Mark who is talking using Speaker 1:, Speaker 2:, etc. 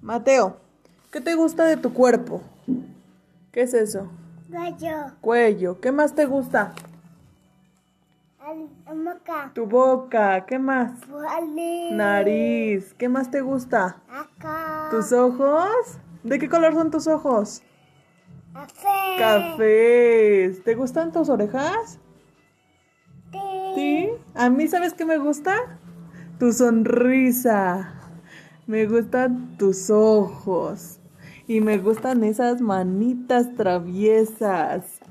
Speaker 1: Mateo, ¿qué te gusta de tu cuerpo? ¿Qué es eso?
Speaker 2: Gallo.
Speaker 1: Cuello. ¿Qué más te gusta?
Speaker 2: al- Moca.
Speaker 1: Tu boca. ¿Qué más?
Speaker 2: Vale.
Speaker 1: Nariz. ¿Qué más te gusta?
Speaker 2: Acá.
Speaker 1: ¿Tus ojos? ¿De qué color son tus ojos?
Speaker 2: Café.
Speaker 1: Cafés. ¿Te gustan tus orejas?
Speaker 2: Té.
Speaker 1: Sí. A mí, ¿sabes qué me gusta? Tu sonrisa. Me gustan tus ojos. Y me gustan esas manitas traviesas.